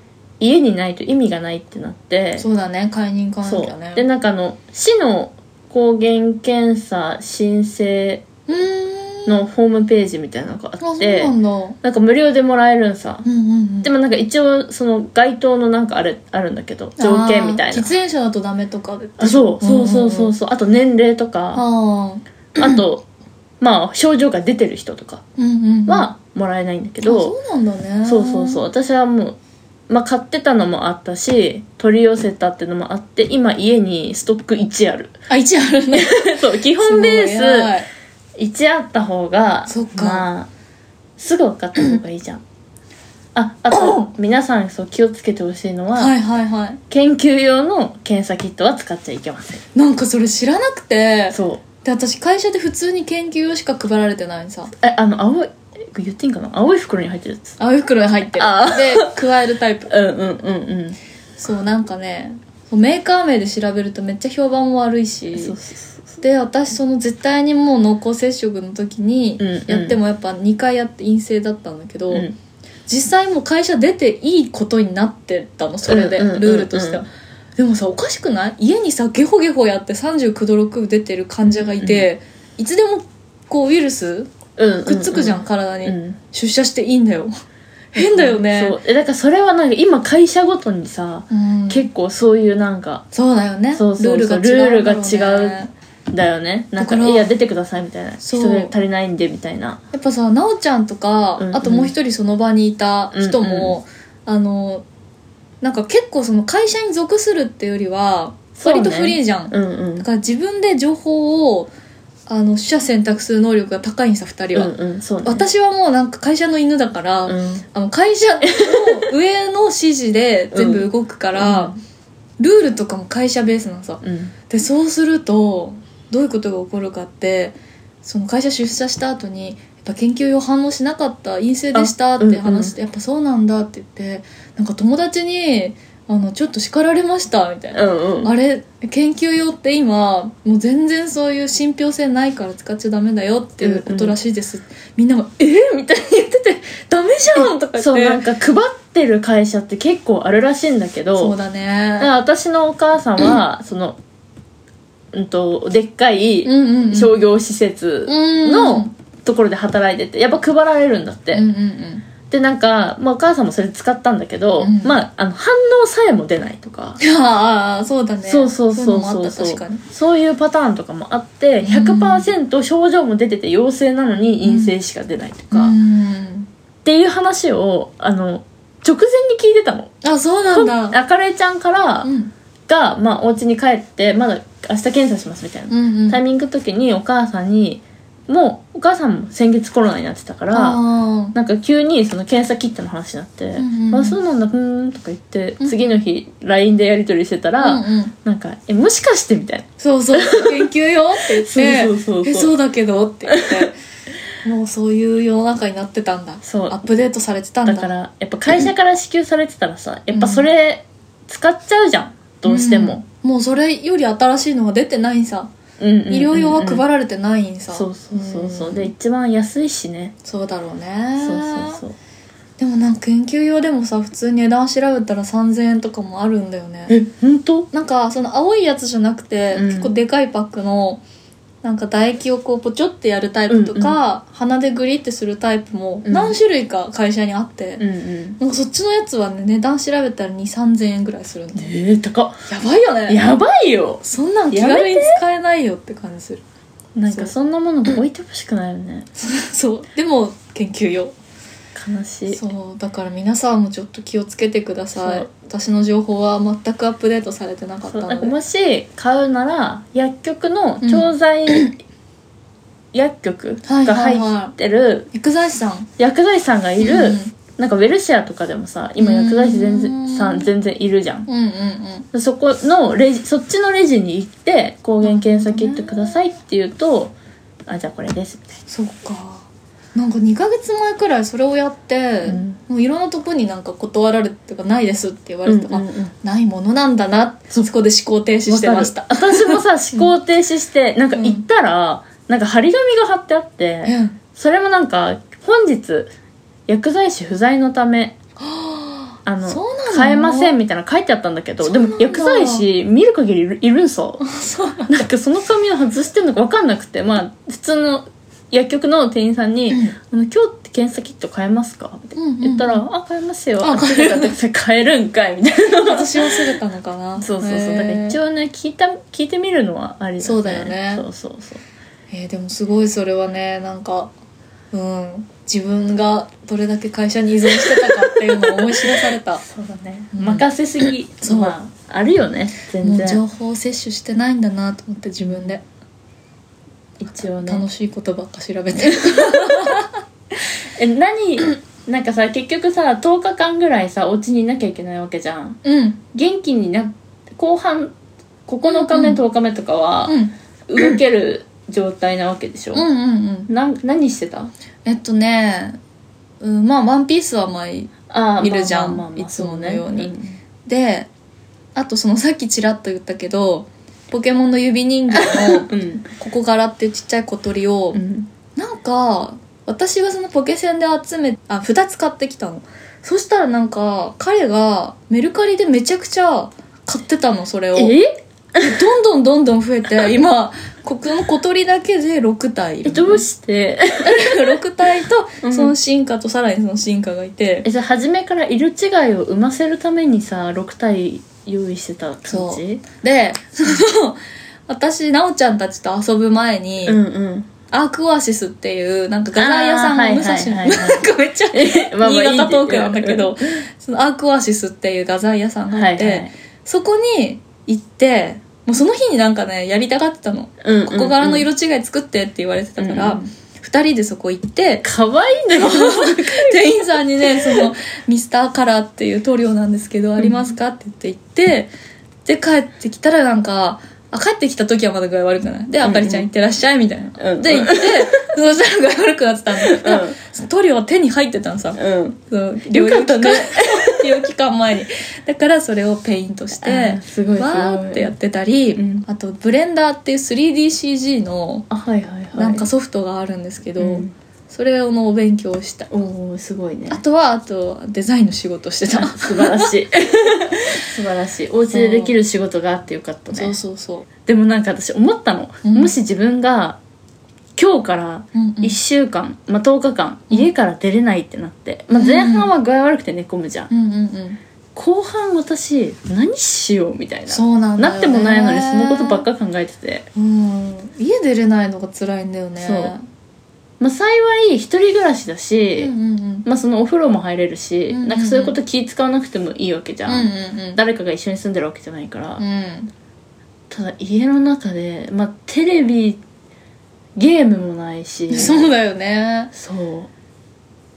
家にないと意味がないってなって、
そうだね買いに行かな
そ
きゃね
うでなんかあの市の抗原検査申請
うーん
のホームページみたいなのが
あ
あ
そう
って
なんだ
なんか無料でもらえるんさ、
うんうんうん
でもなんか一応その該当のなんかあれあるんだけど条件みたい
あー
な
喫煙者だとダメとかで
あそうそうそう
うん
そ
うんう
うんそうあと年齢とか
ああ
あとまあ症状が出てる人とか
うんうんうんあ
はもらえないんだけど、
そうなんだね
そうそうそう私はもうまあ、買ってたのもあったし取り寄せたってのもあって今家にストック1ある
あ一応あるね
そう基本ベ
すごい偉
ー
い
ス1あった方が
そっか
まあ、すぐ分かった方がいいじゃんあ あと皆さんそう気をつけてほしいのは、
はいはいはい
研究用の検査キットは使っちゃいけません
なんかそれ知らなくて
そう
で私会社で普通に研究用しか配られてないのさ
えあの青いえこれ言っていいんかな青い袋に入ってるやつ
青い袋に入ってる
あー
で加えるタイプ
うんうんうんうん
そうなんかねそうメーカー名で調べるとめっちゃ評判も悪いし
そうそうそうそ
で私その絶対にもう濃厚接触の時に
うんうん
やってもやっぱ2回やって陰性だったんだけど、
う、うん、
実際もう会社出ていいことになってたのそれで、
うんうんうんうん
ルールとしては、でもさおかしくない家にさゲホゲホやって39度6出てる患者がいて、いつでもこうウイルス
うん
くっつくじゃん、体に、
うん
出社していいんだよ変だよね、
そうえだからそれはなんか今会社ごとにさ、
うん
結構そういうなんか
そうだよね
そうそうそう
ルールが違うんだろう
ルールが違
ね
うだよねなんか
だから
いや出てくださいみたいな
そう
人手足りないんでみたいな
やっぱさなおちゃんとか、
うんうん
あともう一人その場にいた人も、あのなんか結構その会社に属するっていうよりは
そうね
割とフリーじゃん、
うんうん
だから自分で情報をあの取捨選択する能力が高いんさ2人は、
うんうんそうね
私はもうなんか会社の犬だから、
うん
あの会社の上の指示で全部動くから、
うん
ルールとかも会社ベースなんさ
うん
でそうするとどういうことが起こるかってその会社出社した後にやっぱ研究用反応しなかった陰性でしたっ
あうん
て話して、やっぱそうなんだって言ってなんか友達にあのちょっと叱られましたみたいな、
うんうん
あれ研究用って今もう全然そういう信憑性ないから使っちゃダメだよっていうことらしいです、みんなが「えーみたいに言ってて「ダメじゃん!」とか言って
そうなんか配ってる会社って結構あるらしいんだけど
そうだね
だから私のお母さんは、そのうんとでっかい
うんうんうん
商業施設
う
の
ん
ところで働いててやっぱ配られるんだって、
うんうんうん
でなんか、まあ、お母さんもそれ使ったんだけど、
うん
まああの反応さえも出ないとか、
ああそうだね
そうそうそ
そう
う
いうのも
そ
あ
う
った
そう
確かに
そういうパターンとかもあって100%症状も出てて陽性なのに陰性しか出ないとか、
う
っ
ん
ていう話をあの直前に聞いてたの。
あそうなんだ
あかれちゃんから、
うん
が、まあ、お家に帰ってまだ明日検査しますみたいな、
うんうん
タイミングの時にお母さんにもうお母さんも先月コロナになってたから
あ
なんか急にその検査キットの話になって「
んうん
あそうなんだうーん」とか言って
うん
次の日 LINE でやり取りしてた
あ
ら、
うんうん
なんか「えもしかして」みたいな
そうそう研究よって言って
そうそうそうそう
えそうだけどって言ってもうそういう世の中になってたんだ
そう
アップデートされてたんだ
だからやっぱ会社から支給されてたらさやっぱそれ使っちゃうじゃんどうしても、、
うんもうそれより新しいのが出てないんさ、
うんうんうんうん
医療用は配られてないんさ
そうそうそうそう、
ん
で一番安いしね
そうだろうね
そうそうそう
でもなんか研究用でもさ普通に値段調べたら3000円とかもあるんだよね
え本当
なんかその青いやつじゃなくて、
うん
結構でかいパックのなんか唾液をこうポチョってやるタイプとか、鼻でグリってするタイプも
うん
何種類か会社にあって、
うんうん
なんかそっちのやつはね値段調べたら2 3 0円ぐらいするんで
えー、高っ
やばいよね
やばいよ
そんなん気軽に使えないよって感じする
なんかそんなもの置いてほしくないよね
そうでも研究用
悲しい
そうだから皆さんもちょっと気をつけてくださ
そ
いう私の情報は全くアップデートされてなかった
そう
の
な
で
んかもし買うなら薬局の調 剤、薬局
はい
が
はいはい
入ってる
薬剤師さん
薬剤師さんがいる、
うん
なんかウェルシアとかでもさ今薬剤師全
うん
然さん全然いるじゃ
う
ん
んうんうん
そこのレジそっちのレジに行って抗原検査キットくださいって言うと「あじゃあこれです」みたい
そっかなんか2ヶ月前くらいそれをやって、
うん
もういろんなとこになんか断られてかないですって言わ
な、
れて、あないものなんだなそこで思考停止してました
わかる私もさ思考停止して、なんか行ったら、なんか張り紙が貼ってあって、
うん
それもなんか本日薬剤師不在のためあの
そうなの
買えませんみたいなの書いてあったんだけど
そう
で
なんだ
も薬剤師見る限りいるいるんさ
そう
なんかその紙を外してんのか分かんなくてまあ普通の薬局の店員さんに「
うん
あの今日って検査キット買えますか?」って言ったら「あ買えますよ」
あ
あっちで買ってきて買えるんかい」みたいな。
私忘れたのかな
そうそうそうだから一
応、
応ね聞いた聞いてみるのはありだ、ね、
そうだよね
そうそうそう
えーでもすごいそれはねなんかうん自分がどれだけ会社に依存してたかっていうのを思い知らされた
そうだね、
うん
任せすぎ
そう
まあ、あるよね全
もう情
然
報を摂取してないんだなと思って自分で
一応
楽
ね
しいことばっか調べてる
え何なんかさ結局さ10日間ぐらいさお家にいなきゃいけないわけじゃん
うんうん
元気にな後半9日目、
うん
10日目とかは
うん
動ける状態なわけでしょ、
うんうん
なん何してた
えっとねうんまあ「ワンピースは毎
あー
見るじゃん
まあまあまあま
い
あ
つものように
そね
であとそのさっきちらっと言ったけどポケモンの指人形の
うん
ここ柄っていうちっちゃい小鳥を、
うん
なんか私がそのポケセンで集めあ2つ買ってきたのそしたらなんか彼がメルカリでめちゃくちゃ買ってたのそれをで
え
どんどんどんどん増え て今ここの小鳥だけで6体い
え
る
どうして
6体
う
と
ん
その進化とさらにその進化がいて
えじゃあ初めから色違いを生ませるためにさ6体用意してた感じ
でその私なおちゃんたちと遊ぶ前に、
んうん
アークオアシスっていうなんか画材屋さん
あー
が
はい
武蔵の
は
ないん
はいはい
かめっちゃ
えまあまあ
新
いい
潟トークなんだけどそのアークオアシスっていう画材屋さんが
は
あ
い
って、
はい
そこに行ってもうその日になんかねやりたがってたの、
うんうんうん
ここ柄の色違い作ってって言われてたから、
うんうん
二人でそこ行って
かわいいんだけど
店員さんにねそのミスターカラーっていう塗料なんですけどありますかって言って行ってで帰ってきたらなんかあ帰ってきた時はまだ具合悪くないで、あかりちゃん行ってらっしゃいみたいな、
うん
で行ってそしたら具合悪くなってたんだけど、
うん
その塗料は手に入ってたのさ、
うん
その療養
よかっ
期間
たね
療養期間前にだからそれをペイントし
あ
て
ーすごいすごい
わーってやってたり、
うん
あとブレンダーっていう 3DCG の
あはいはいはい
なんかソフトがあるんですけど、
うん
それのお勉強をした
おおすごいね
あとはあとデザインの仕事をしてた
素晴らしい素晴らしいお家でできる仕事があってよかった ね
そうそうそ
でもなんか私思ったの、
うん
もし自分が今日から
う、うんうん
1週間、まあ、10日間家から出れないってなって、まあ、前半は具合悪くて寝込むじゃん、
うんうんうん
後半私何しようみたいな
そうなんだよね
なってもないのにそのことばっか考えてて、
うん家出れないのが辛いんだよね
そうまあ、幸い一人暮らしだし、
うんうんうん
まあ、そのお風呂も入れるし、
うんうんうん
なんかそういうこと気使わなくてもいいわけじゃ、
うんんうん
誰かが一緒に住んでるわけじゃないから、
うん
ただ家の中で、まあ、テレビゲームもないし
そうだよね
そう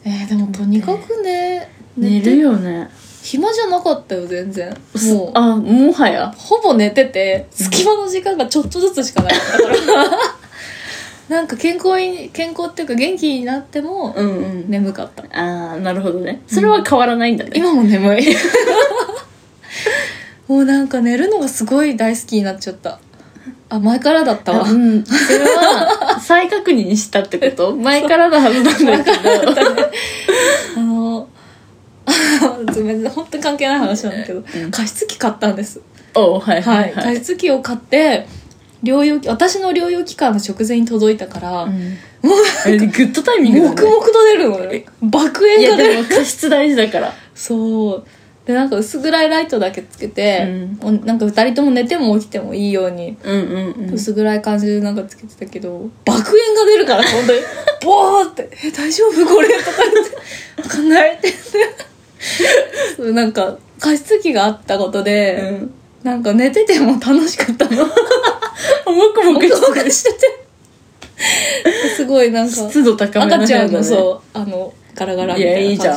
えー、でもとにかくね
寝
て
るよね
暇じゃなかったよ全然もう
あもはや
ほぼ寝てて隙間の時間がちょっとずつしかな かったからなんか健康に健康っていうか元気になっても
うんうん
眠かった、
ああなるほどねそれは変わらないんだね、
今も眠いもうなんか寝るのがすごい大好きになっちゃったあ前からだったわ
あうんそれは再確認したっ てこと前からのはずなんだけど
あの 全然本当に関係ない話なんだけど、
ん
加湿器買ったんです
おうはいは
はいい、
は
加
い、
湿器を買って療養私の療養期間の直前に届いたから、
うんえグッドタイミングだ、ね、
黙々と出るのね爆
い
炎
や
が出
で
る
も過失大事だから
そうでなんか薄暗いライトだけつけて、おなんか2人とも寝ても起きてもいいように
うんうんうん
薄暗い感じでなんかつけてたけど爆炎が出るから本当にボーって「え大丈夫これ」とか言って「分かんない」って言ってなんか加湿器があったことで、
うん
なんか寝てても楽しかったの
もくもく
僕がしててすごいなんか
湿度高めな
赤ちゃんの
う
そうあのガラガラ
い
みた
やい
い
い
な
じゃ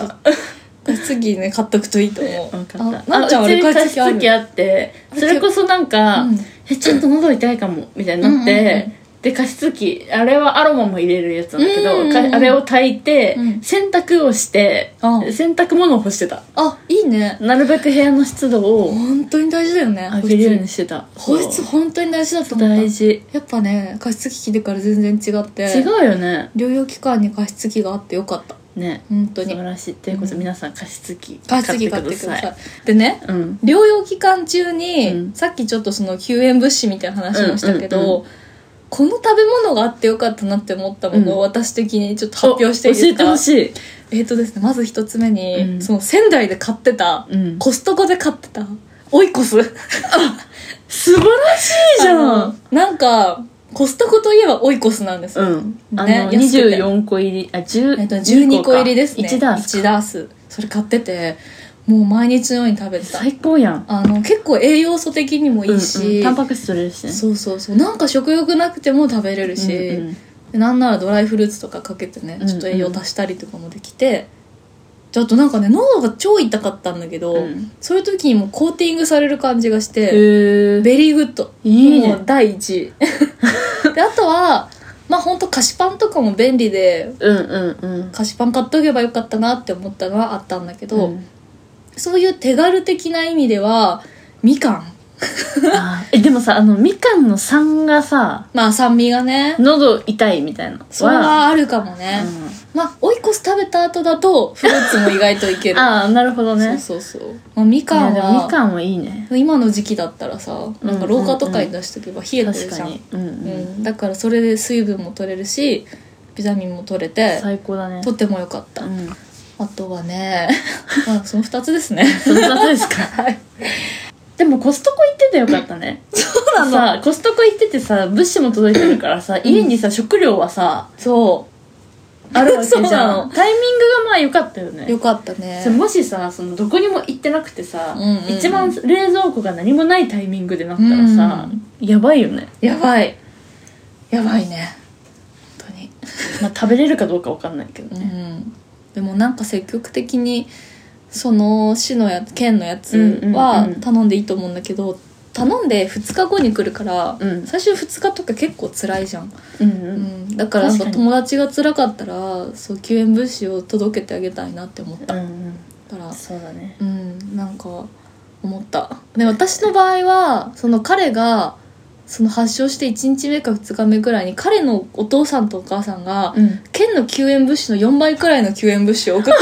感じ
ん
次ね買っとくといいと思う
分かった
あなっちゃんあれ
うち
加
加
湿器あ
湿器
る
あってそれこそなんか、
うん
えちょっと喉痛いかもみたいになって、
うんうんうん
で加湿器あれはアロマも入れるやつなんだけど、
うんうんうん
かあれを炊いて、
うん
洗濯をして、
うん
洗濯物を干してた
あいいね
なるべく部屋の湿度を
本当に大事だよね
上げるようにしてた
保湿
そう
本当に大事だと思った
大事
やっぱね加湿器でから全然違って
違うよね
療養期間に加湿器があってよかった
ね
本当
素晴
に
らしいということで皆さん加湿器
加湿器買ってください
買って
でね
くださいうん
療養期間中に、
うん
さっきちょっとその救援物資みたいな話もしたけど、
うんうんう
この食べ物があってよかったなって思ったものを私的にちょっと発表していいです
お教えて
か
ほしい
えっ、とですねまず一つ目に、
うん
その仙台で買ってた、
うん
コストコで買ってたオイコス
素晴らしいじゃ
あの
ん
なんかコストコといえばオイコスなんです
う
よ、
ん。あ
ね
の、
安くて
24個入り、あ、10
えっと、12個入りですね
1ダースか。
1ダースそれ買っててもう毎日のように食べてた
最高やん。
あの結構栄養素的にもいい
うんう
し、
んタンパク質取れるしね。
そうそうそうなんか食欲なくても食べれるし、
うんうん
でなんならドライフルーツとかかけてね
うんうん
ちょっと栄養足したりとかもできて、ちょっとなんかね喉が超痛かったんだけど、
うん
そういう時にもうコーティングされる感じがして、
へー
ベリーグッド
いい
もう
ね。
第一 位であとはまあほんと菓子パンとかも便利で
うんうんうん。
菓子パン買っとけばよかったなって思ったのはあったんだけど、
うん
そういう手軽的な意味ではみかん
あーえ、でもさ、あの、みかんの酸がさ、
まあ酸味がね
喉痛いみたいなのは。
それはあるかもね、まあオイコス食べた後だとフルーツも意外といけ
うん
る
ああ、なるほどね。
そうそうそう、まあ、みかん
いやでも
は
みかんはいいね。
今の時期だったらさなんか廊下とかに出しとけば冷えてる
確
じ
か
ゃん,、
に。うん
うん
うん。
だからそれで水分も取れるしビタミンも取れて
最高だね。
とってもよかった、
うん。
あとはね まあその2つですね
そんなことですか
はい
でもコストコ行っててよかったね。
そう
さコストコ行っててさ物資も届いてるからさ家にさ食料はさ
そ
あるわけじ
そうな
ゃん
の
タイミングがまあ良かったよ
うよ
ね
かったね
それもしさそのどこにも行ってなくてさ、
うんうんうん
一番冷蔵庫が何もないタイミングでなったらさ、やばいよね、
やばいやばいね本当に
まあ、食べれるかどうか分かんないけど
う
ね、
ん、でもなんか積極的にその市のや県のやつ
うん
は
うんうん
頼んでいいと思うんだけど、頼んで2日後に来るから、
うん
最初2日とか結構辛いじゃん、
うん
う
う
んん、だからやっぱ
確かに
友達が辛かったらそう救援物資を届けてあげたいなって思っ
う
た
ん
から
うん、そうだね
うんなんか思ったで私の場合はその彼がその発症して1日目か2日目くらいに彼のお父さんとお母さんが、
うん
県の救援物資の4倍くらいの救援物資を送って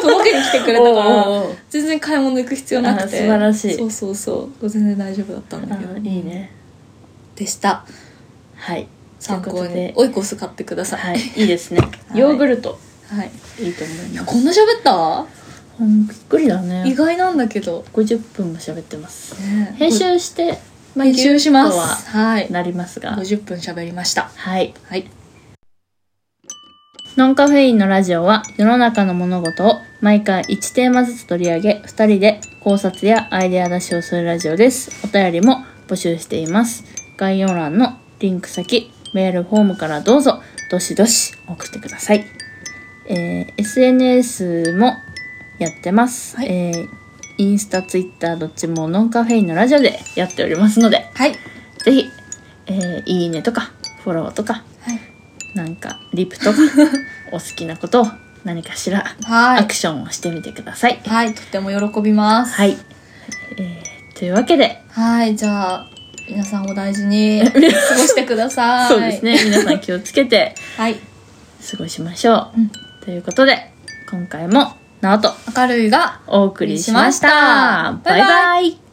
届けに来てく れたから
おうおう
全然買い物行く必要なくて
あ素晴らしい
そうそうそう全然大丈夫だったんだけど
あいいね
でした
はい
参
という
考
こと
に
で
オイコス買ってくださ
はいいいいですね
はい
ヨーグルト、
はい、
い、いと思います
こんな喋った
うんびっくりだ
意
ね
外なんだけど、
50分も喋ってます
ね
編集して
まあ編集しま
とは
すはい
なりますが
50分喋りました
はい
はい
ノンカフェインのラジオは世の中の物事を毎回1テーマずつ取り上げ2人で考察やアイデア出しをするラジオですお便りも募集しています概要欄のリンク先メールフォームからどうぞどしどし送ってください、えー SNS もやってます、
はい
えーインスタツイッターどっちもノンカフェインのラジオでやっておりますので
はい、
ぜひ、えーいいねとかフォローとか
はい
なんかリプとか お好きなことを何かしら
は
ア
い
クションをしてみてください。はい、
はいとっても喜びます
えーというわけで、
はいじゃあ皆さんお大事 に過ごしてください
そうですね皆さん気をつけて
はい
過ごしましょ
う
う。
ん
ということで今回もなおと
明るいが
お送りしました。
お送りしましたバイバイ
バイバイ